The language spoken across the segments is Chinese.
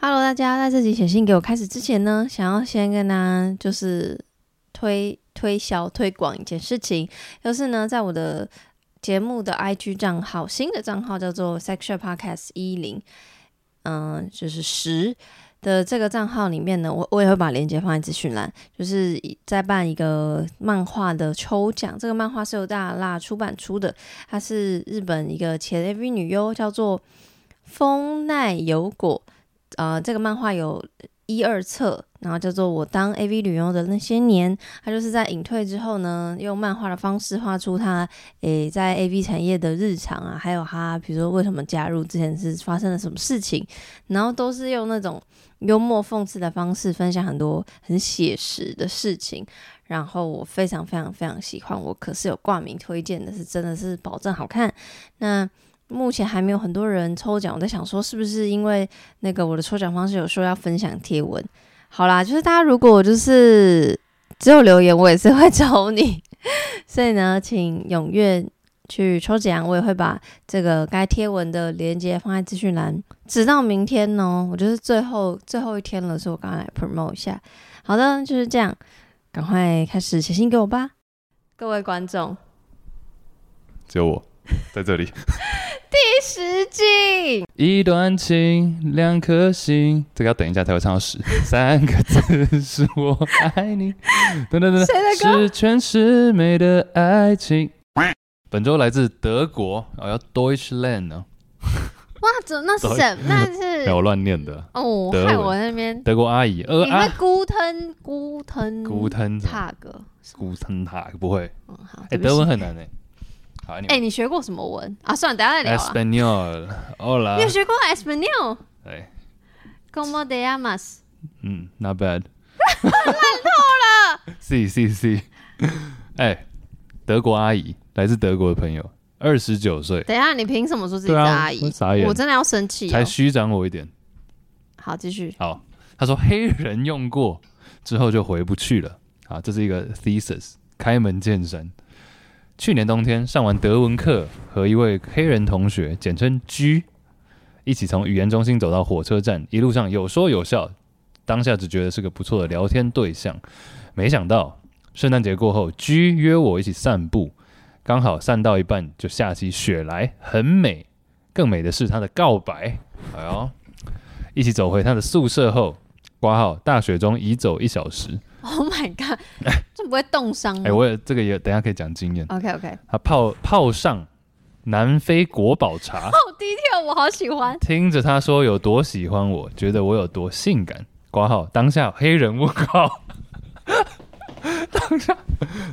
Hello，大家在这集写信给我开始之前呢，想要先跟大家就是推推销推广一件事情，就是呢，在我的节目的 IG 账号，新的账号叫做 Sexual Podcast 一零，嗯，就是十的这个账号里面呢，我我也会把链接放在资讯栏，就是在办一个漫画的抽奖，这个漫画是由大辣出版出的，它是日本一个前 AV 女优叫做丰奈由果。呃，这个漫画有一二册，然后叫做《我当 AV 女优的那些年》，他就是在隐退之后呢，用漫画的方式画出他诶在 AV 产业的日常啊，还有他比如说为什么加入，之前是发生了什么事情，然后都是用那种幽默讽刺的方式分享很多很写实的事情。然后我非常非常非常喜欢，我可是有挂名推荐的，是真的是保证好看。那目前还没有很多人抽奖，我在想说是不是因为那个我的抽奖方式有说要分享贴文。好啦，就是大家如果就是只有留言，我也是会抽你， 所以呢，请踊跃去抽奖，我也会把这个该贴文的链接放在资讯栏，直到明天哦。我就是最后最后一天了，所以我刚刚来 promote 一下。好的，就是这样，赶快开始写信给我吧，各位观众。只有 我在这里。第十季。一段情，两颗心，这个要等一下才会唱到 十。三个字是我爱你，等等等等，谁的歌十全十美的爱情。本周来自德国，哦，要 Deutschland 哦呢、哇，怎那是什么？那是 没有哎乱念的。哦，德文害我那边德国阿姨，呃你会啊，孤吞孤吞古腾塔，塔格，古腾塔不会，嗯好，对哎、不起德文很难哎、好，哎，你学过什么文啊？算了，等一下再聊啊。 Anyway，Espanol，Hola，你有学过 Espanol？Como 啊哎， de llamas？嗯，Not bad，烂透了。 是是是，哎，德国阿姨，来自德国的朋友，二十九岁，等一下，你凭什么说自己对是啊阿，姨我？傻眼我，真的要生气才哦！虚长我一点。好，继续。好，他说黑人用过之后就回不去了。啊，这是一个 thesis，开门见山。去年冬天上完德文课，和一位黑人同学，简称 G，一起从语言中心走到火车站，一路上有说有笑，当下只觉得是个不错的聊天对象。没想到圣诞节过后，G 约我一起散步，刚好散到一半就下起雪来，很美。更美的是他的告白，哎呦，一起走回他的宿舍后，挂号大雪中移走一小时。 Oh my god，这不会冻伤哎、吗我也这个也等一下可以讲经验。 ？OK OK，他泡泡上南非国宝茶，好低调，哦我好喜欢。听着他说有多喜欢我，觉得我有多性感。挂号当下黑人问号， 当下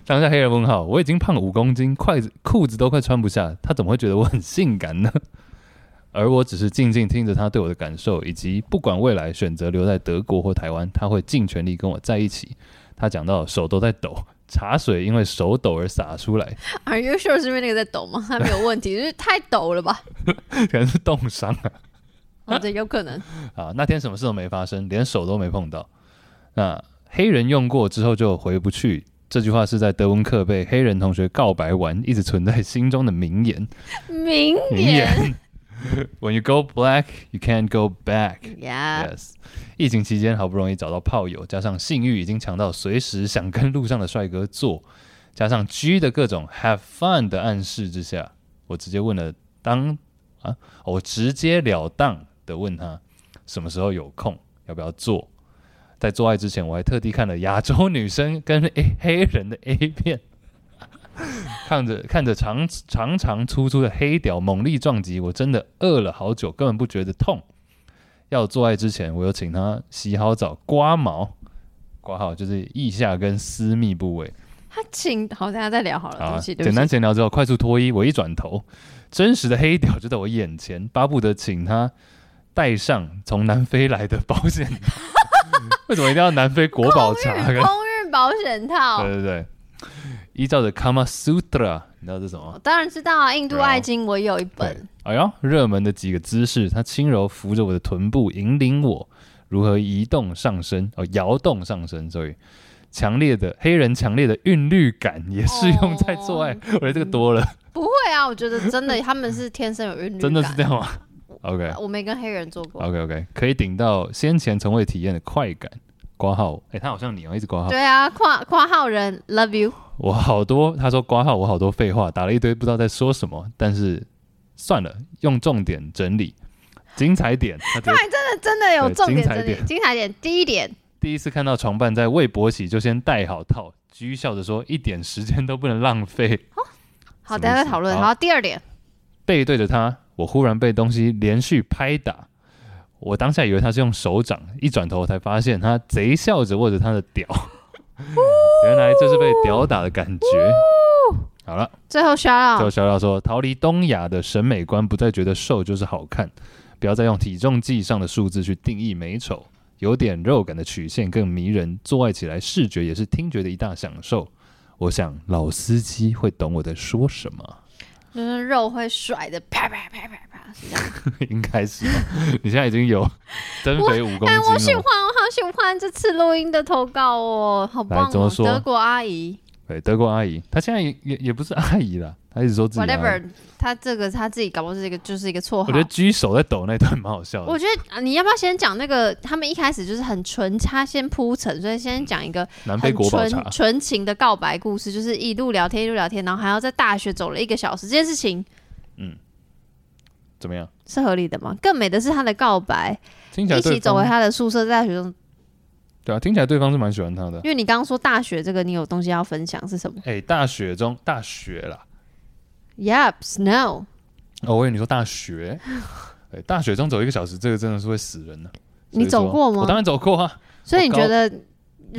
当下黑人问号，我已经胖五公斤，筷子裤子都快穿不下，他怎么会觉得我很性感呢？ 而我只是静静听着他对我的感受，以及不管未来选择留在德国或台湾，他会尽全力跟我在一起。他讲到手都在抖，茶水因为手抖而洒出来， Are you sure 是因为那个在抖吗？他没有问 题，就是太抖了吧？可能是冻伤啊。哦，对，有可能。啊，那天什么事都没发生，连手都没碰到。那黑人用过之后就回不去，这句话是在德文课被黑人同学告白完，一直存在心中的名言。明名年言，When you go black, you can't go back. Yeah， Yes，疫情期间好不容易找到炮友，加上性欲已经强到随时想跟路上的帅哥做，加上 G 的各种 have fun 的暗示之下，我直接问了当啊，我直截了当的问他什么时候有空，要不要做。在做爱之前，我还特地看了亚洲女生跟 A 黑人的 A 片，看着看着长长长粗粗的黑屌猛力撞击，我真的饿了好久，根本不觉得痛。要做爱之前，我有请他洗好澡、刮毛，刮好就是腋下跟私密部位。他请好，大家再聊好了，好哦对啊，不起，对不简起单闲聊之后，快速脱衣，我一转头，真实的黑屌就在我眼前，巴不得请他戴上从南非来的保险 套。为什么一定要南非国宝 茶公啊跟寓公寓保险套对，对对，依照着 Kama Sutra，你知道这是什么我吗？当然知道啊，印度爱经我也有一对本，，哎呦，热门的几个姿势，他轻柔扶着我的臀部，引领我如何移动上身，哦，摇动上身，所以。强烈的黑人强烈的韵律感也适用在做爱哦我觉得这个多了，不会啊，我觉得真的他们是天生有韵律感， 真的是这样吗？过， OK 我没跟黑人做过。 OK OK，可以顶到先前从未体验的快感。挂号，诶，他好像你哦，一直挂号。对啊，括括号人 love you，我好多，他说挂号，我好多废话，打了一堆不知道在说什么，但是算了，用重点整理，精彩点。他直接那 真的有对重点精彩整理，点精彩点第一点，第一次看到床伴在未勃起就先戴好套，居笑着说一点时间都不能浪费。好，什么大家意再思讨论。好然后第二点，背对着他，我忽然被东西连续拍打，我当下以为他是用手掌，一转头才发现他贼笑着握着他的屌，原来这是被屌打的感觉。好了，最后需最后要小廖说，逃离东亚的审美观，不再觉得瘦就是好看，不要再用体重计上的数字去定义美丑，有点肉感的曲线更迷人，做爱起来视觉也是听觉的一大享受。我想老司机会懂我在说什么。 就是肉会甩的，啪啪啪啪啪，是这样。应该是吧，你现在已经有增肥五公哎，我喜斤欢，了。我好喜欢这次录音的投稿哦，好棒来怎么哦！说德国阿姨对，德国阿姨，她现在也也也不是阿姨啦，她一直说自己阿姨。 ，whatever，她这个她自己搞不好是一个就是一个绰号。我觉得居手在抖那段蛮好笑我的，觉得啊你要不要先讲那个？他们一开始就是很纯，他先铺陈，所以先讲一个南非很嗯国宝纯茶，纯情的告白故事，就是一路聊天一路聊天，然后还要在大学走了一个小时，这件事情怎么样？是合理的吗？更美的是他的告白，听起来一对起走回方他的宿舍，在大学中，对啊，听起来对方是蛮喜欢他的。因为你刚刚说大学这个，你有东西要分享是什么哎，大学中大学啦， ？Yep, snow。哦，我以为你说 大学，哎，大学中走一个小时，这个真的是会死人的。你所以说走过吗我当然走过啊，所以你我高觉得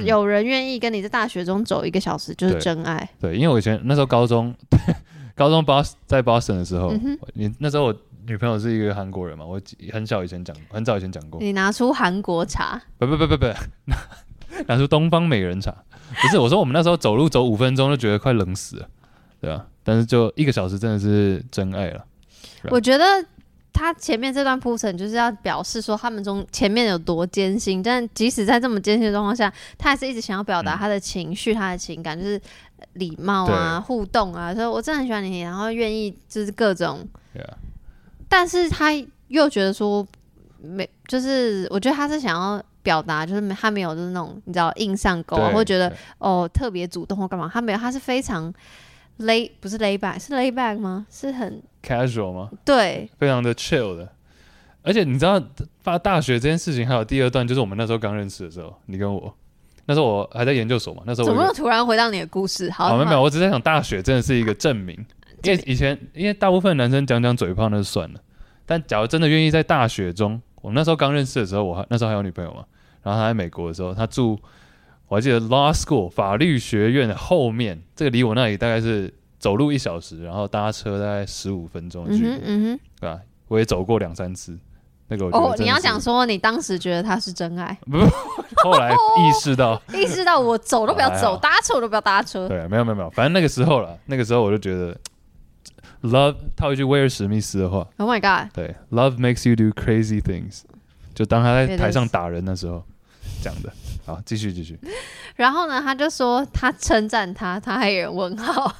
有人愿意跟你在大学中走一个小时，就是对真爱？对，因为我以前那时候高中， 高中 Bos 在 Boston 的时候，嗯哼你那时候我女朋友是一个韩国人嘛，我很小以前讲，很早以前讲过，你拿出韩国茶，不不不不不， 拿出东方美人茶，不是我说我们那时候走路走五分钟就觉得快冷死了，对啊，但是就一个小时真的是真爱了，对我觉得他前面这段铺陈就是要表示说他们中前面有多艰辛，但即使在这么艰辛的状况下，他还是一直想要表达嗯他的情绪、他的情感，就是呃礼貌啊、互动啊。所以我真的很喜欢你，然后愿意就是各种，对啊，但是他又觉得说没，就是我觉得他是想要。表达就是没他没有就是那种你知道硬上钩啊，对或觉得对哦特别主动或干嘛，他没有，他是非常 lay 不是 lay back 是 lay back 吗？是很 casual 吗？对非常的 chill 的，而且你知道发大学这件事情，还有第二段就是我们那时候刚认识的时候，你跟我那时候我还在研究所嘛，那时候怎我么有又突然回到你的故事？好，好，没有没有，好我只是在想大学真的是一个证明，因为以前因为大部分男生讲讲嘴胖那就算了，但假如真的愿意在大学中，我那时候刚认识的时候，我还那时候还有女朋友嘛，然后她在美国的时候，她住我还记得 law school 法律学院的后面，这个离我那里大概是走路一小时，然后搭车大概十五分钟嗯的距离，哼嗯对吧？我也走过两三次，那个我哼，觉得哦，真你的要是讲说你当时觉得他是真爱， 后来意识到意识到我走都不要还走，好搭车我都不要搭车。对，没有没有没有，反正那个时候了，那个时候我就觉得，love 套一句威尔史密斯的话， Oh my god！对，love makes you do crazy things，就当他 It 在 is 台上打人的时候讲的。好，继续继续，然后呢，他就说他称赞他，他还有问 号，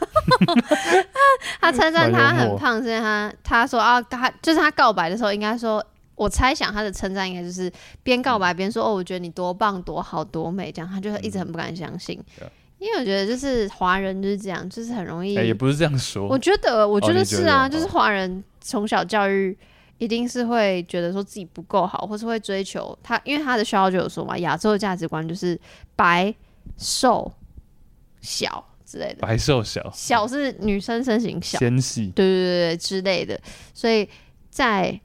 他称赞他蛮幽默很胖，是因为他他说啊，他就是他告白的时候应该说。我猜想他的称赞应该就是边告白边嗯说哦，我觉得你多棒、多好、多美这样，他就一直很不敢相信 Yeah，因为我觉得就是华人就是这样，就是很容易嗯哎、也不是这样我说，觉得，我觉得你觉是得啊，哦就是华人从小教育一定是会觉得说自己不够好，或是会追求他，因为他的学校就有说嘛，亚洲的价值观就是白、瘦、小之类的，白瘦小，小是女生身形小，纤细，对对对对之类的，所以在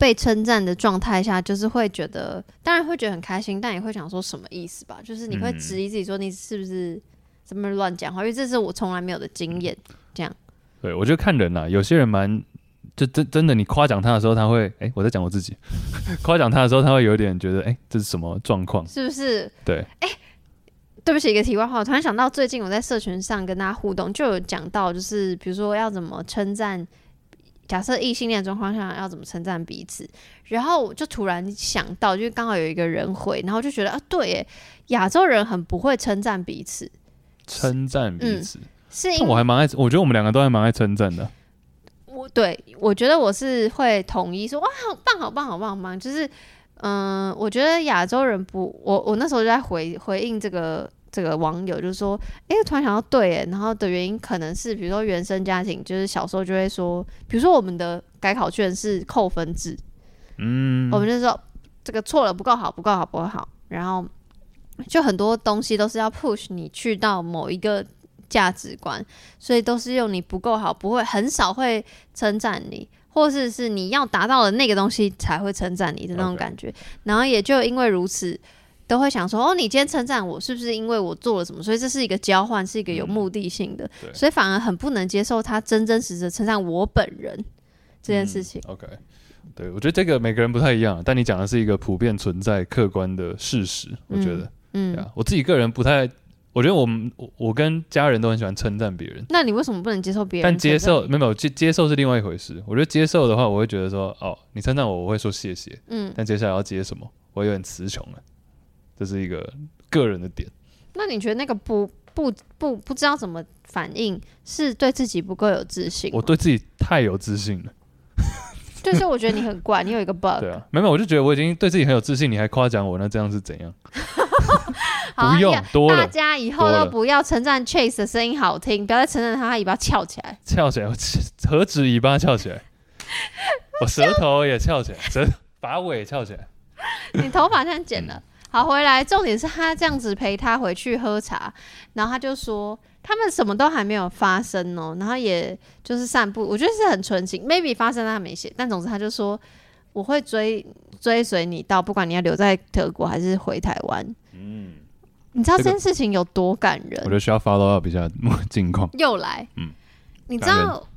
被称赞的状态下，就是会觉得，当然会觉得很开心，但也会想说什么意思吧？就是你会嗯质疑自己说你是不是怎么乱讲话，因为这是我从来没有的经验。对我觉得看人啦、有些人蛮，就真真的，你夸奖他的时候，他会，哎、我在讲我自己， 夸奖他的时候，他会有点觉得，哎、这是什么状况？是不是？对，对不起，一个题外话，我突然想到，最近我在社群上跟大家互动，就有讲到，就是比如说要怎么称赞，假设异性恋状况下要怎么称赞彼此，然后我就突然想到，就是刚好有一个人回，然后就觉得啊，对耶，亚洲人很不会称赞彼此，称赞彼此，嗯是因那我为还蛮爱，我觉得我们两个都还蛮爱称赞的。我对，我觉得我是会统一说哇，好棒，好棒，好棒，好棒。就是，嗯、我觉得亚洲人不，我我那时候就在回回应这个这个网友，就是说，哎、我突然想到对耶，然后的原因可能是，比如说原生家庭，就是小时候就会说，比如说我们的改考卷是扣分制，嗯，我们就说这个错了不够好，不够好，不够好。然后就很多东西都是要 push 你去到某一个价值观，所以都是用你不够好，不会很少会称赞你，或是是你要达到的那个东西才会称赞你的那种 OK 感觉。然后也就因为如此。都会想说哦，你今天称赞我，是不是因为我做了什么？所以这是一个交换，是一个有嗯目的性的，对所以反而很不能接受他真真实实地称赞我本人这件事情。嗯 OK，对我觉得这个每个人不太一样，但你讲的是一个普遍存在客观的事实，我觉得，对嗯，啊，我自己个人不太，我觉得我们我我跟家人都很喜欢称赞别人。那你为什么不能接受别人但称赞你？接受没有没有接接受是另外一回事。我觉得接受的话，我会觉得说，哦，你称赞我，我会说谢谢。嗯，但接下来要接什么，我有点词穷了，这是一个个人的点。那你觉得那个不不不不知道怎么反应，是对自己不够有自信吗？我对自己太有自信了，就是我觉得你很怪，你有一个 bug。 对啊，没有，没有我就觉得我已经对自己很有自信，你还夸奖我，那这样是怎样？好啊不用你看多了大家以后多都了不要称赞 Chase 的声音好听，不要再称赞他，他尾巴翘起来。翘起来，我何止尾巴翘 起来，我舌头也翘起来，舌把尾也翘起来。你头发现在剪了。好，回来，重点是他这样子陪他回去喝茶，然后他就说他们什么都还没有发生哦，然后也就是散步，我觉得是很纯情，maybe 发生但他没写，但总之他就说我会追追随你到，不管你要留在德国还是回台湾，嗯，你知道这这个件事情有多感我人？觉得需要 follow up 一下近况。又来，嗯你知感道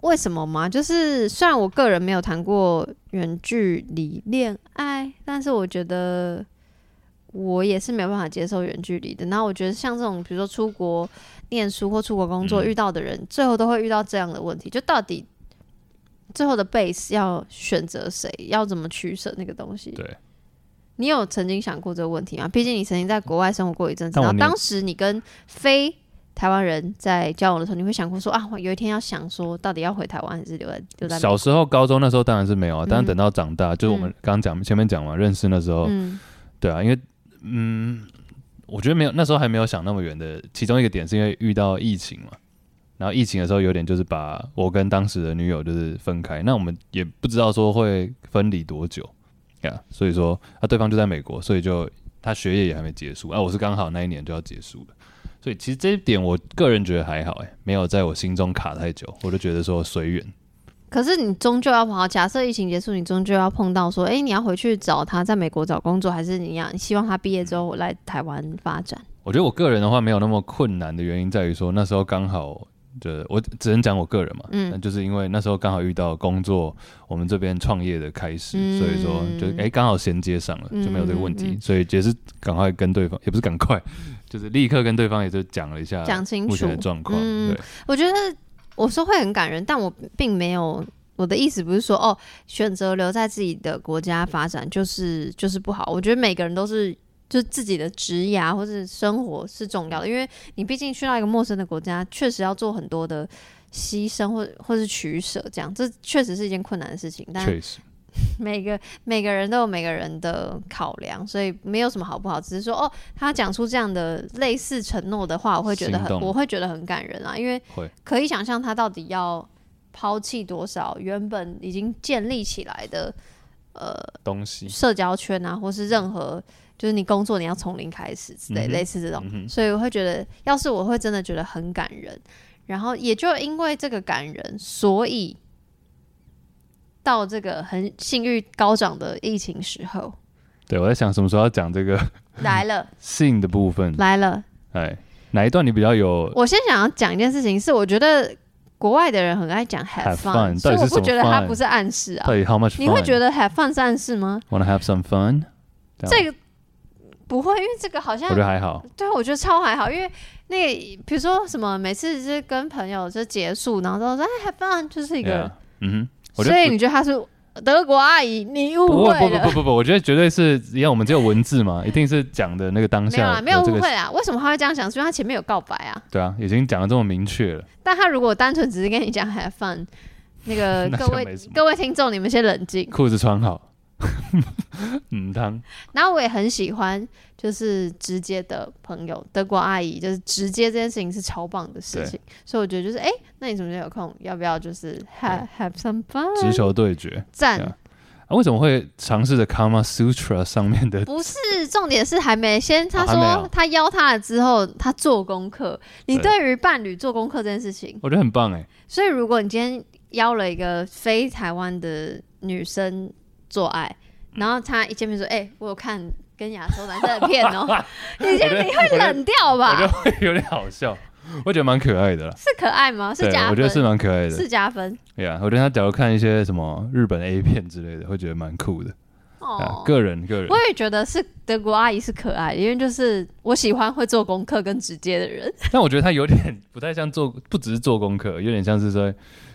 为什么吗？就是虽然我个人没有谈过远距离恋爱，但是我觉得我也是没有办法接受远距离的。然后我觉得像这种，比如说出国念书或出国工作、嗯遇到的人，最后都会遇到这样的问题，就到底。最后的 base 要选择谁，要怎么取舍那个东西？对，你有曾经想过这个问题吗？毕竟你曾经在国外生活过一阵子，但然我后没有当时你跟非台湾人在交往的时候，你会想过说啊，我有一天要想说，到底要回台湾还是留在留在美国？小时候、高中那时候当然是没有啊，但嗯是等到长大，就是我们刚刚讲前面讲嘛，认识那时候，嗯对啊，因为嗯，我觉得没有那时候还没有想那么远的，其中一个点是因为遇到疫情嘛，然后疫情的时候有点就是把我跟当时的女友就是分开，那我们也不知道说会分离多久呀所以说啊，对方就在美国，所以就他学业也还没结束啊，我是刚好那一年就要结束了。所以其实这一点，我个人觉得还好、欸，没有在我心中卡太久，我就觉得说随缘。可是你终究要跑到，假设疫情结束，你终究要碰到说，哎、你要回去找他，在美国找工作，还是你要你希望他毕业之后来台湾发展？我觉得我个人的话没有那么困难的原因在于说那时候刚好的我只能讲我个人嘛，嗯那就是因为那时候刚好遇到工作我们这边创业的开始，嗯所以说就哎刚、好衔接上了嗯就没有这个问题，嗯嗯所以也是赶快跟对方也不是赶快， 就是立刻跟对方也就讲了一下讲清楚目前的状况，嗯对，我觉得我说会很感人，但我并没有我的意思不是说哦，选择留在自己的国家发展就是就是不好。我觉得每个人都是就是自己的职涯或是生活是重要的，因为你毕竟去到一个陌生的国家，确实要做很多的牺牲或或是取舍，这样这确实是一件困难的事情。但确实， 每个每个人都有每个人的考量，所以没有什么好不好，只是说哦，他讲出这样的类似承诺的话，我会觉得心很，动我会觉得很感人啊，因为会可以想象他到底要抛弃多少原本已经建立起来的呃东西，社交圈啊，或是任何就是你工作你要从零开始之类、嗯哼类似这种，嗯哼，所以我会觉得，要是我会真的觉得很感人，然后也就因为这个感人，所以到这个很性欲高涨的疫情时 候对我在想什么时候要讲这个来了性的 部分，来了。哎，哪一段你比较有我先想要讲一件事情，是我觉得国外的人很爱讲 have Have fun，所以到我底是不觉得什么它 fun？不是暗示啊到。底 how much fun？你会觉得 have fun 是暗示吗？ wanna have some fun？这这个个不会，因为这个好像我觉得还好，对，啊我觉得超还好，因为那个比如说什么，每次就是跟朋友就结束，然后都说哎 have fun，就是一个 Yeah，嗯哼。我觉所得以你觉得她是德国阿姨？你误不会会了，不不不不不，我觉得绝对是，因为我们只有文字 嘛，一定是讲的那个当没有下啦，没有这误个，会啊。为什么她会这样想？是因为她前面有告白啊。对啊，已经讲的这么明确了，但她如果单纯只是跟你讲 have fun，那个 那各就位没什么各位听众，你们先冷静。裤子穿好，嗯，汤然后我也很喜欢，就是直接的朋友，德国阿姨，就是直接这件事情是超棒的事情，所以我觉得就是，哎、那你什么时候有空？要不要就是 have have some 直 fun？球对决。对赞啊，啊、为什么会尝试着 Kama Sutra 上面的？ 不是重点是还没先，他啊还没有说他邀他了之后，他做功课。你对对于伴侣做功课这件事情，我觉得很棒哎，所以如果你今天邀了一个非台湾的女生做爱，嗯然后她一见面说：“哎、我有看跟亚洲男生的片哦、 你觉得你会冷掉我觉得吧？会有点好笑，我觉得蛮可爱的啦。是可爱吗？是对，啊加分，我觉得是蛮可爱的。是加分对啊，我觉得他假如看一些什么日本 A 片之类的，会觉得蛮酷的。啊哦，。个人个人我，也觉得是德国阿姨是可爱的，因为就是我喜欢会做功课跟直接的人。 但我觉得他有点不太像做，不只是做功课，有点像是说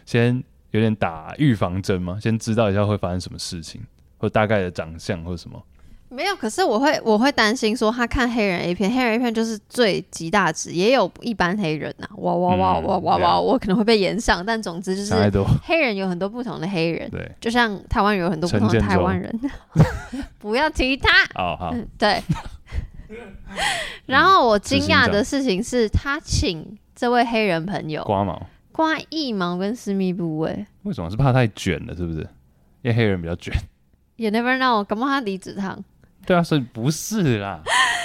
先有点打预防针嘛，先知道一下会发生什么事情，或大概的长相或什么。没有，可是我会我会担心说他看黑人 A 片，黑人 A 片就是最极大值，也有一般黑人呐、哇哇哇嗯哇哇对啊哇，我可能会被延上，但总之就是嗯想太多，黑人有很多不同的黑人，对，就像台湾人有很多不同的陈建州台湾人， 不要提他。哦好，嗯， 对。然后我惊讶的事情是他请这位黑人朋友刮毛，刮腋毛跟私密部位。为什么是怕太卷了，是不是？因为黑人比较卷。也 never know，感冒他离子烫，对啊，所以不是啦，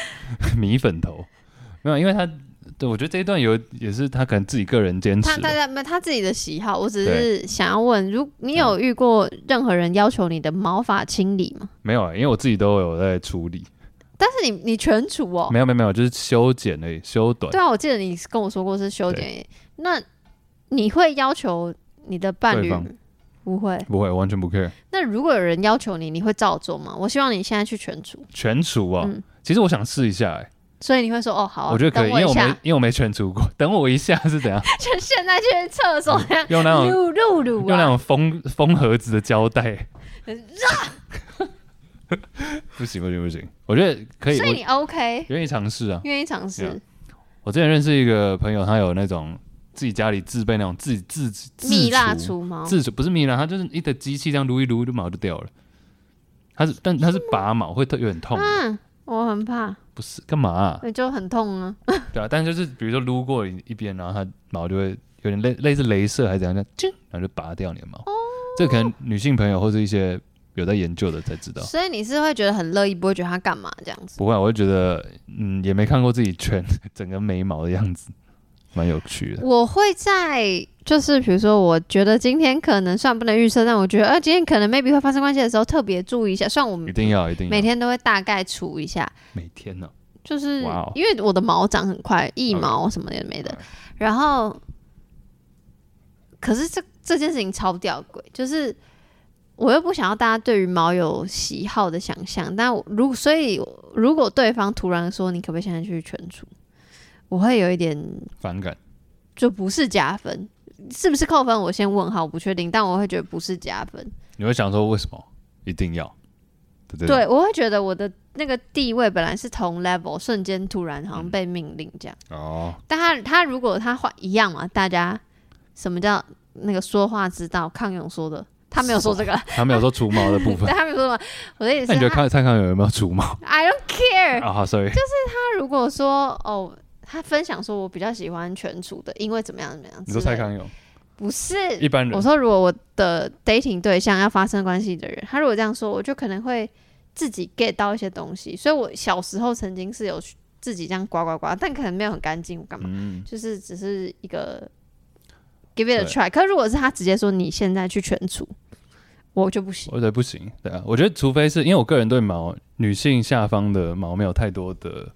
米粉头没有，因为他对我觉得这一段有也是他可能自己个人坚他持吧大，家没有他自己的喜好，我只是想要问，如你嗯有遇过任何人要求你的毛发清理吗？没有、啊因为我自己都有在处理，但是你你全除哦，没有没有没有，就是修剪而已，修短对。啊，我记得你跟我说过是修剪，那你会要求你的伴对侣方不会？不会，完全不 care，那如果有人要求你，你会照做吗？我希望你现在去全除，全除啊、嗯其实我想试一下、欸，所以你会说哦好啊、我觉得可以，等因我一为我没下，因为我没全除过， 等我一下是 怎样？就现在去厕所这样用嗯那种撸撸撸 用那啊，种封封盒子的 胶带， 不行不行不行，我觉得可以，所以我你 OK 愿意尝试啊。愿意尝试 Yeah，我之前认识一个朋友，他有那种自己家里自备那种自自自蜜蜡除除毛？自除不是蜜蜡，它就是一的机器这样撸一撸，就毛就掉了。它是，但它是拔毛，会特有点痛，嗯，我很怕，不是干嘛啊、我就很痛啊。对啊，但就是比如说撸过一一边，然后它毛就会有点类类似镭射还是怎样，这样啾然后就拔掉你的毛。哦这可能女性朋友或者一些有在研究的才知道。所以你是会觉得很乐意，不会觉得他干嘛这样子？不会啊，我就觉得嗯，也没看过自己全整个眉毛的样子，蛮有趣的。我会在就是比如说，我觉得今天可能算不能预测，但我觉得呃今天可能 maybe 会发生关系的时候，特别注意一下。虽然我一们定啊要，一定嗯要每天都会大概除一下，每天呢、就是哇哦因为我的毛长很快，腋毛什么也没的。然后，可是这这件事情超吊诡，就是我又不想要大家对于毛有喜好的想象，但我如所以如果对方突然说你可不可以现在去全除，我会有一点反感。就不是加分，是不是扣分？我先问号，我不确定，但我会觉得不是加分。你会想说为什么一定要？对不对？对，我会觉得我的那个地位本来是同 level，瞬间突然好像被命令这样。哦，但他他如果他话一样嘛，大家什么叫那个说话之道？康永说的，他没有说这个，他没有说除毛的部分 但。他没有说什么。我的意思那你是觉得他看蔡康永有没有除毛 i don't care。啊？好，sorry，他如果说哦，他分享说我比较喜欢全厨的，因为怎么样怎么样你之说蔡类的。康永不是，一般我人，说如果我的 dating 对象要发生关系的人，他如果这样说，我就可能会自己 get 到一些东西。所以我小时候曾经是有自己这样刮刮刮，但可能没有很干净，我干嘛？嗯，就是只是一个 give it a 对 try。可如果是他直接说你现在去全除，我就不行。，我觉得不行，对啊，我觉得除非是因为我个人对毛女性下方的毛没有太多的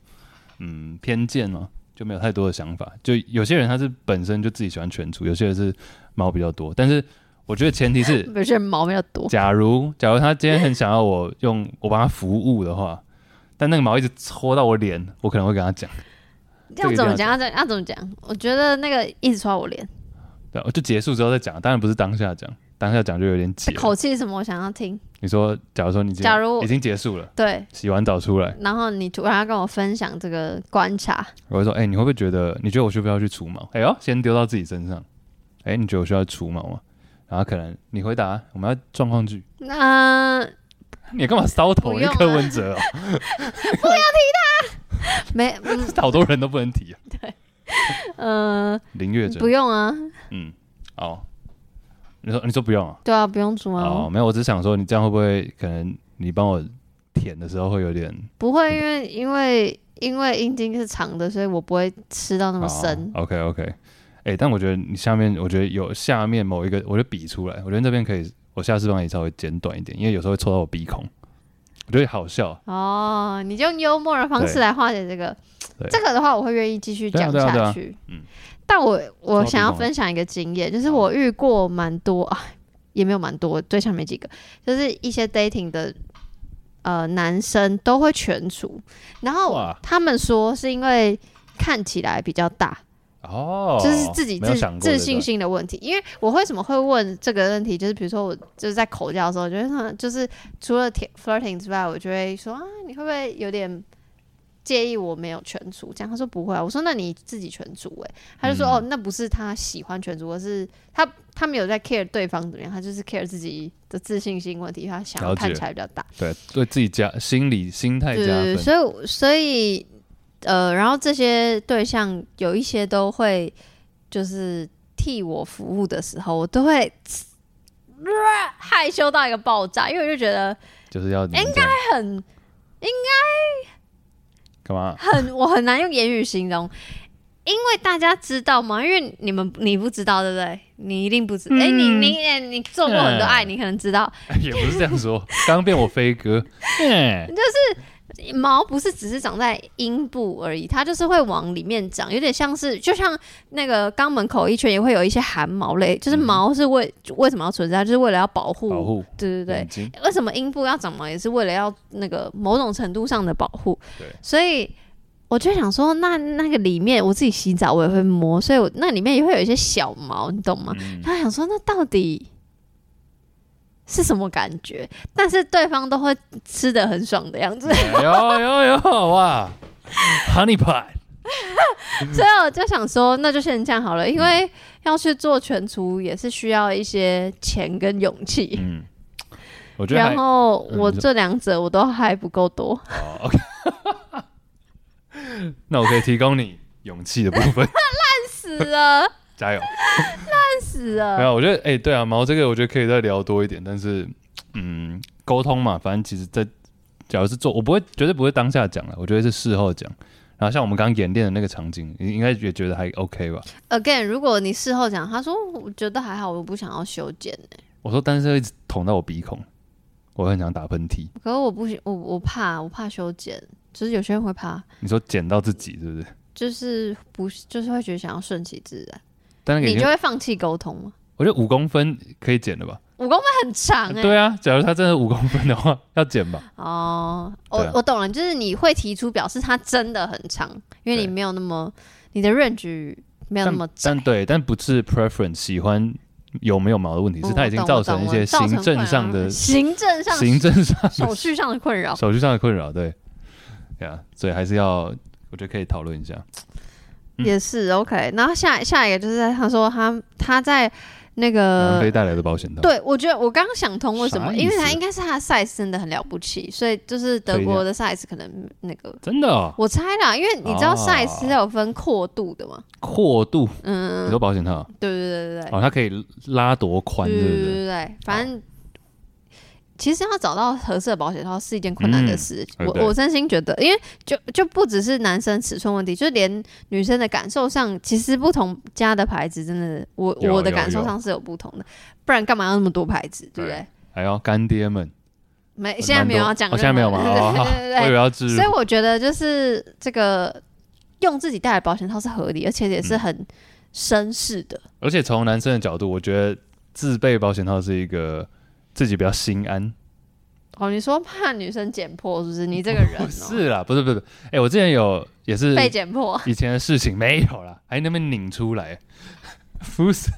嗯偏见嘛，就没有太多的想法。就有些人他是本身就自己喜欢全除，有些人是毛比较多，但是我觉得前提是有些人毛比较多，假如假如他今天很想要我用我帮他服务的话，但那个毛一直戳到我脸，我可能会跟他讲，这要个一定怎么要讲？要怎要怎么讲？我觉得那个一直戳我脸，对啊，就结束之后再讲，当然不是当下讲，当下讲就有点解。口气是什么？我想要听。你说，假如说你今天假如已经结束了，对，洗完澡出来，然后你突然要跟我分享这个观察，我会说，哎、你会不会觉得，你觉得我需不需要去除毛？哎呦，先丢到自己身上，哎、你觉得我需要除毛吗？然后可能你回答我们要状况剧，那你干嘛搔头？不你用啊柯文 哲哦，没，嗯好多人都不能提、啊。呃，林月不珍，用啊，嗯，哦，你说你说不用啊？对啊，不用煮啊，哦，没有，我只想说你这样会不会可能你帮我舔的时候会有点不会，因为因为因为阴茎是长的，所以我不会吃到那么深。 OK OK，哎、但我觉得你下面，我觉得有下面某一个，我就比出来，我觉得这边可以，我下次帮你稍微简短一点，因为有时候会戳到我鼻孔，我觉得好笑。哦，你就用幽默的方式对来化解这个对。这个的话，我会愿意继续对啊讲对啊对下啊去。嗯但我我超级想要懂的分享一个经验，就是好我遇过蛮多啊，也没有蛮多，对象没几个，就是一些 dating 的呃男生都会全除，然后哇他们说是因为看起来比较大，哦，就是自己没有自想过自对信不对心的问题。因为我为什么会问这个问题，就是比如说我就是在口交的时候，我觉得嗯就是除了舔 flirting 之外，我就会说啊，你会不会有点介意我没有全除？这样他说不会啊，我说那你自己全除哎、他就说、嗯哦，那不是他喜欢全除，而是他他没有在 care 对方怎么样，他就是 care 自己的自信心问题，他想要了解看起来比较大。对对自己加心理心态加对对对，分，所以我所以呃，然后这些对象有一些都会就是替我服务的时候，我都会呃害羞到一个爆炸，因为我就觉得就是要应该很干嘛？很嗯我很难用言语形容。因为大家知道吗？因为你们你不知道，对不对？你一定不知。哎、你你哎你做过很多爱，嗯你可能知道， 也不是这样说，刚刚变我 飞哥，哎、毛不是只是长在阴部而已，它就是会往里面长，有点像是就像那个肛门口一圈也会有一些汗毛类，就是毛是为、为什么要存在，就是为了要保护，嗯保护嗯对对对眼。睛，为什么阴部要长毛，也是为了要那个某种程度上的保护对。所以我就想说，那那个里面我自己洗澡我也会摸，所以我那里面也会有一些小毛，你懂吗？嗯，他想说，那到底是什么感觉？但是对方都会吃的很爽的样子。哎有有有哇，Honey Pie，嗯所以我就想说，那就先这样好了，因为要去做全厨也是需要一些钱跟勇气。嗯，我觉得还然后嗯我你说这两者我都还不够多，哦，OK，那我可以提供你勇气的部 分，死 了，加油。死没了。有，我觉得，哎、对啊，毛这个我觉得可以再聊多一点，但是，嗯，沟通嘛，反正其实在，假如是做，我不会，绝对不会当下讲了，我觉得是事后讲。然后像我们刚刚演练的那个场景，你应该也觉得还 OK 吧？ Again，如果你事后讲，他说我觉得还好，我不想要修剪、欸，我说，但是一直捅到我鼻孔，我很想打喷嚏。可是我不喜我我怕我怕修剪，就是有些人会怕，你说剪到自己是不是？就是不就是会觉得想要顺其自然，但那个已你就经，会放弃沟通吗？我觉得五公分可以剪的吧？武功会很长哎、欸对啊，假如他真的五公分的话，要剪吧？哦，我、对啊我懂了，就是你会提出表示它真的很长，因为你对没有那么你的 range 没有那但么窄但。对，但不是 preference 喜欢有没有毛的问题，嗯是它已经我懂造我懂成一我些造成行政上困的扰行政上行政上手续上的困扰。手续上的困扰，对，对啊，所以还是要，我觉得可以讨论一下。嗯也是 OK，然后下下一个就是在他说他他在那南个非带来的保险呃套，对，我觉得我刚刚想通为什啥么，意思因为他应该是他的 size 真的很了不起，所以就是德国的 size 可能那个真的、哦、我猜啦，因为你知道哦 size 是有分阔度的嘛，阔度，嗯你，说保险套对对对对对，嗯哦，它可以拉多宽，对对对不对对？对，反正其实要找到合适的保险套是一件困难的嗯事。对我我真心觉得，因为就就不只是男生尺寸问题，就是连女生的感受上，其实不同家的牌子真的，我有我的有感受有上是有不同的，不然干嘛要那么多牌子，对不对对？还有哎干爹们，没，现在没有要讲哦，任何的，现在没有吗？哦，好 对对对我以为对要置入所以我觉得就是这个用自己带来的保险套是合理，而且也是嗯很绅士的。而且从男生的角度，我觉得自备保险套是一个自己比较心安。哦，你说怕女生剪破是不是？你这个 人、哦、不是啦，不是不是，不是哎，我之前有也是被剪破。以前的事情没有啦，还那边拧出来， 不是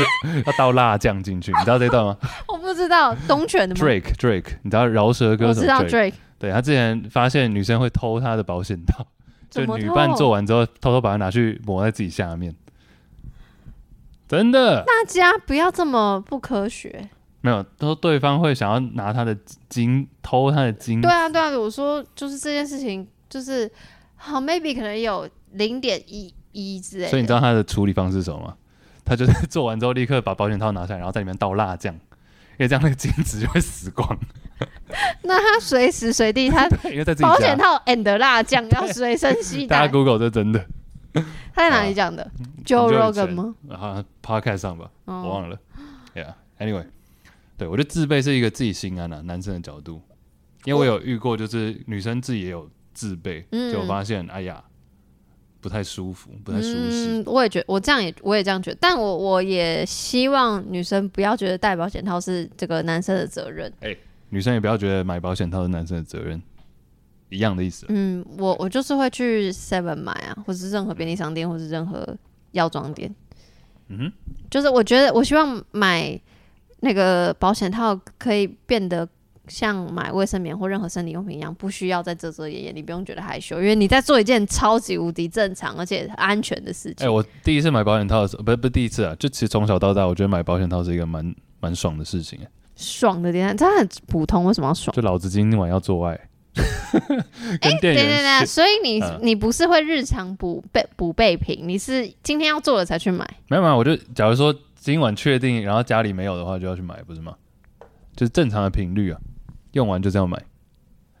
要倒辣酱进去，你知道这段吗？ 我不知道东泉的吗 Drake Drake，你知道饶舌歌我手知道 Drake，, Drake 对他之前发现女生会偷他的保险套，就怎么哦女偷伴做完之后偷偷把它拿去抹在自己下面，真的大家不要这么不科学。没有，都对方会想要拿他的金偷他的金，对啊，对啊，我说就是这件事情，就是好，maybe 可能有零点一一之类的。所以你知道他的处理方式是什么吗？他就是做完之后立刻把保险套拿下来，然后在里面倒辣酱，因为这样那个金子就会死光。那他随时随 地他因为在自己保家险，套 and 辣酱要随身携 大家啊带。 Google 这真的他在哪里讲的？Joe 嗯很久以 Rogan 前吗？啊，Podcast 上吧，我哦，忘了。Yeah，anyway，对我觉得自卑是一个自己心安啊，男生的角度，因为我有遇过，就是女生自己也有自卑，嗯就我发现，哎呀，不太舒服，不太舒适。嗯，我也觉我这样也我也这样觉得，但我我也希望女生不要觉得戴保险套是这个男生的责任。女生也不要觉得买保险套是男生的责任，一样的意思。啊嗯，我我就是会去 Seven 买啊，或是任何便利商店，或是任何药妆店。嗯就是我觉得我希望买那个保险套可以变得像买卫生棉或任何生理用品一样，不需要再遮遮掩掩，你不用觉得害羞，因为你在做一件超级无敌正常而且安全的事哎、情。我第一次买保险套的时候，不是不是第一次啊，就其实从小到大，我觉得买保险套是一个蛮蛮爽的事情、哎爽的点，它很普通，为什么要爽？就老子今晚要做爱， 跟店对对员、对，所以你、嗯你不是会日常补备补备品，你是今天要做了才去买。没有没有，我就假如说今晚确定，然后家里没有的话，就要去买，不是吗？就是正常的频率啊，用完就是要买，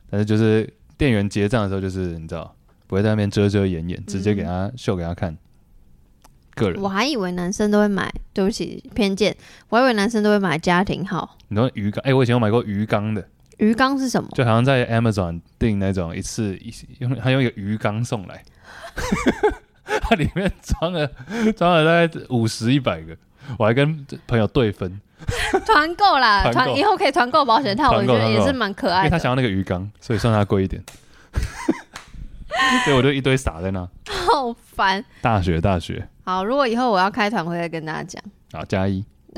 但是就是店员结账的时候，就是你知道不会在那边遮遮掩掩，直接给他秀给他看。个人我，还以为男生都会买，对不起偏见，我还以为男生都会买家庭号你知道鱼缸？哎、我以前有买过鱼缸的，鱼缸是什么？就好像在 Amazon 订那种一次一用，他用一个鱼缸送来， 它里面装了装了大概五十一百个，我还跟朋友对分，团购啦，团购团以后可以团购保险套，我团购觉得也团购是蛮可因为爱他的。想要那个鱼缸，所以算他贵一点。 所以我就一堆撒在那。好烦。大学，大学好，如果以后我要开团，我会再跟大家讲。啊，加一。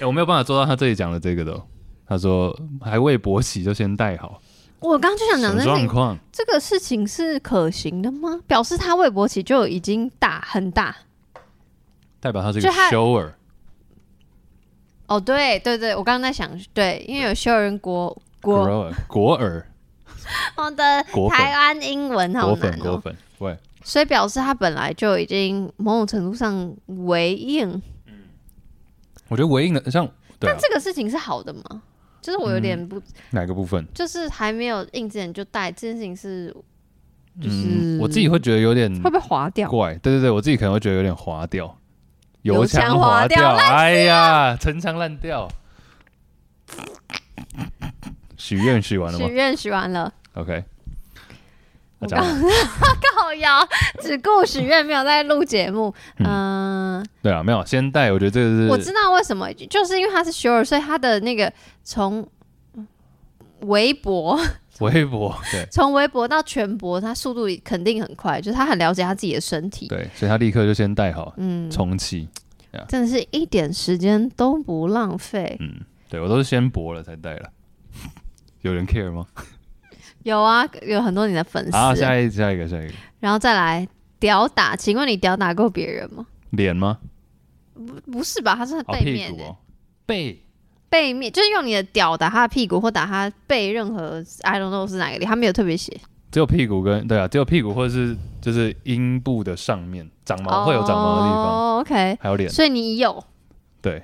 哎、我没有办法做到他这里讲的这个的哦、他说还未勃起就先戴好，我刚刚就想什讲，么那状这况？这个事情是可行的吗？表示他魏博起就已经大很大。代表他是一个就他 shower，哦，对对对，我刚刚在想，对，因为有修人国国 grower，果儿，我的果粉台湾英文好果难粉，果哦，粉。啊喂，所以表示他本来就已经某种程度上为应。我觉得回应的像对、啊、嗯这个事情是好的吗？就是我有点不哪个部分？就是还没有印之前就戴这件事情是，就是、嗯，我自己会觉得有点会不会划掉？怪，对对对，我自己可能会觉得有点滑掉，油腔腔滑掉，调哎呀，陈腔滥调。许愿许完了许吗愿许完了， ？OK，我那讲完了靠腰只顾许愿，没有在录节目。嗯、 对啊，没有先带，我觉得这我个知是道为什么，就是因为他是 sure，所以他的那个从微博， 微博，对从微博到全博，他速度肯定很快，就是他很了解他自己的身体。对，所以他立刻就先带好嗯，重启。真的是一点时间都不浪费。嗯，对我都是先博了才带了， 有人 care 吗？有啊，有很多你的粉丝、好，下一下一个下一个然后再来屌打，请问你屌打过别人吗？脸吗？不是吧？他是哦，背屁面、股欸哦，背背面就是用你的屌打他的屁股，或打他背任何 I don't know 是哪个地方，他没有特别写。只有屁股跟对啊，只有屁股或者是就是阴部的上面长毛哦会有长毛的地方，哦、OK，还有脸。所以你有，对，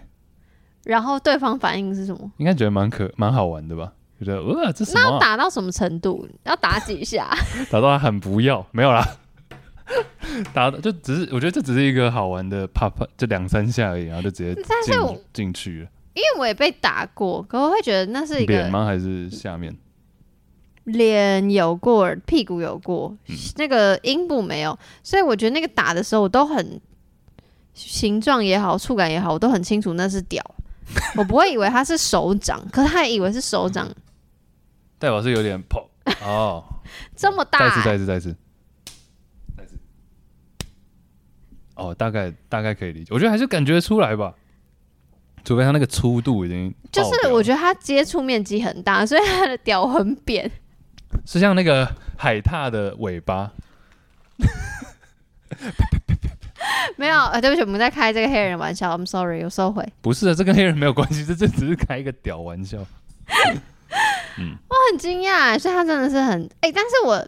然后对方反应是什么？应该觉得蛮可蛮好玩的吧？觉得哇，这什那么要啊、打到什么程度？要打几下？ 打到他很不要，没有啦， 打到就只是我觉得这只是一个好玩的啪啪，就两三下而已，然后就直接但是我进进去了。因为我也被打过，可我会觉得那是一脸个吗？还是下面？脸有过，屁股有过，嗯那个阴部没有，所以我觉得那个打的时候我都很形状也好，触感也好，我都很清楚那是 屌，我不会以为它是手掌，可是他也以为是手掌代表是有点砰哦，这么大、再次欸再次再次再次。哦，大概大概可以理解，我觉得还是感觉出来吧，除非他那个粗度已经就爆是表我觉得它接触面积很大，所以它的屌很扁。是像那个海獭的尾巴，没有，呃，对不起，我们在开这个黑人玩笑，I'm sorry，我收回。不是的，这跟黑人没有关系，这这只是开一个屌玩笑。我很惊讶，所以他真的是很哎、但是我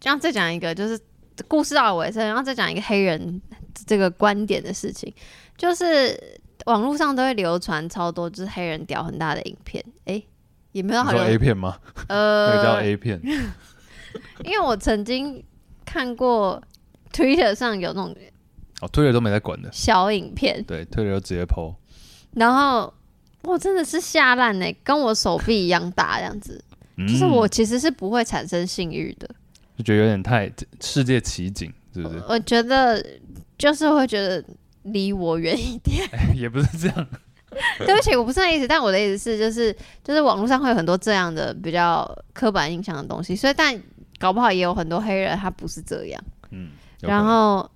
这样再讲一个，就是故事到了尾声，然后再讲一个黑人这个观点的事情，就是网络上都会流传超多就是黑人屌很大的影片，哎、也没有你好说 A 流片吗？那个叫呃， A 片，因为我曾经看过 Twitter 上有那种哦，推了都没在管的，小影片，对，推了就直接剖。然后我真的是吓烂哎，跟我手臂一样大这样子，嗯就是我其实是不会产生性欲的。就觉得有点太世界奇景，是不是？我觉得就是会觉得离我远一点。 也不是这样，对不起，我不是那意思，但我的意思是，就是就是网络上会有很多这样的比较刻板印象的东西，所以但搞不好也有很多黑人他不是这样。嗯。有可然能后，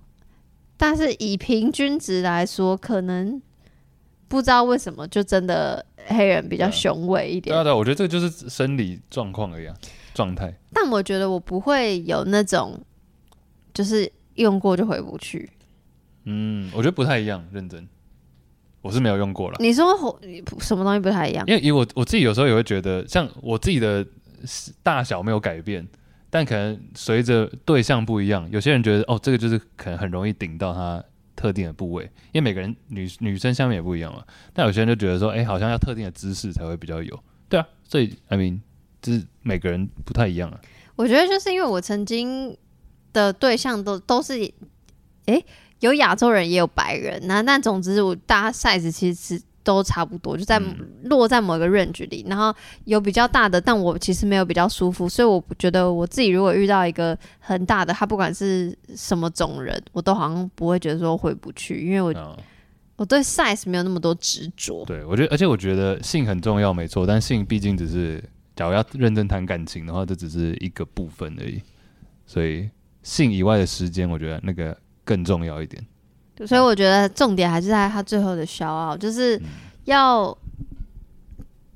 但是以平均值来说，可能不知道为什么就真的黑人比较对啊雄伟一点对。啊对啊，我觉得这个就是生理状况而已、啊，状态。但我觉得我不会有那种就是用过就回不去。啊嗯，我觉得不太一样，认真。我是没有用过啦，你说红什么东西不太一样？因为以我我自己有时候也会觉得，像我自己的大小没有改变，但可能随着对象不一样，有些人觉得哦，这个就是可能很容易顶到他特定的部位，因为每个人女女生下面也不一样嘛。但有些人就觉得说，哎、好像要特定的姿势才会比较有。对啊，所以 I mean，就是每个人不太一样啊。我觉得就是因为我曾经的对象都都是，诶、有亚洲人也有白人，那但总之我大家 size 其实都差不多，就在、落在某个 range 里，然后有比较大的，但我其实没有比较舒服，所以我觉得我自己如果遇到一个很大的，他不管是什么种人，我都好像不会觉得说回不去，因为我、啊我对 size 没有那么多执着。对，我觉得，而且我觉得性很重要，没错，但性毕竟只是，假如要认真谈感情的话，这只是一个部分而已。所以性以外的时间，我觉得那个更重要一点。所以我觉得重点还是在他最后的消傲，就是要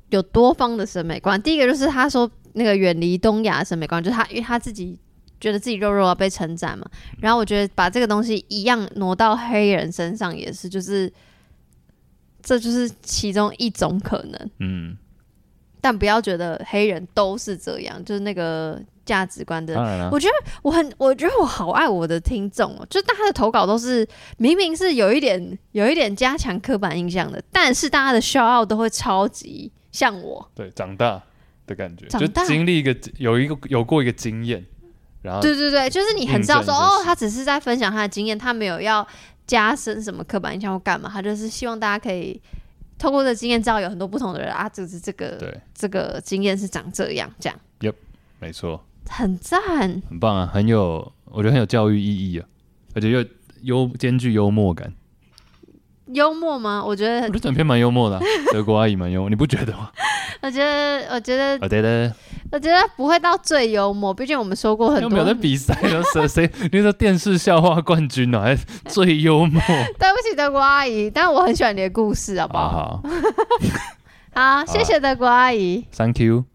有多方的审美观。第一个就是他说那个远离东亚的审美观，就是他因为他自己觉得自己肉肉要被称赞嘛。然后我觉得把这个东西一样挪到黑人身上也是，就是这就是其中一种可能，嗯，但不要觉得黑人都是这样，就是那个价值观的当然了、我我很，我觉得我好爱我的听众哦，就大家的投稿都是明明是有一点有一点加强刻板印象的，但是大家的 shout out 都会超级像我，对，长大的感觉，长就大经历一个有一个有过一个经验，然后对对对，就是你很知道说印证这哦是，他只是在分享他的经验，他没有要加深什么刻板印象或干嘛，他就是希望大家可以透过这个经验知道有很多不同的人啊，就是这个对，这个经验是长这样，这样没错，很赞，很棒啊，很有，我觉得很有教育意义啊，而且又幽兼具幽默感，幽默吗？我觉我得觉，得整篇蛮幽默的啊、德国阿姨蛮幽默，你不觉得吗？我觉得，我觉得啊，对的。我觉得不会到最幽默，毕竟我们说过很又多。没有在比赛，然后谁谁那个电视笑话冠军呢、还最幽默，对不起，德国阿姨，但 我很喜欢你的故事，好不好好？好好，谢谢德国阿姨。 ，Thank you。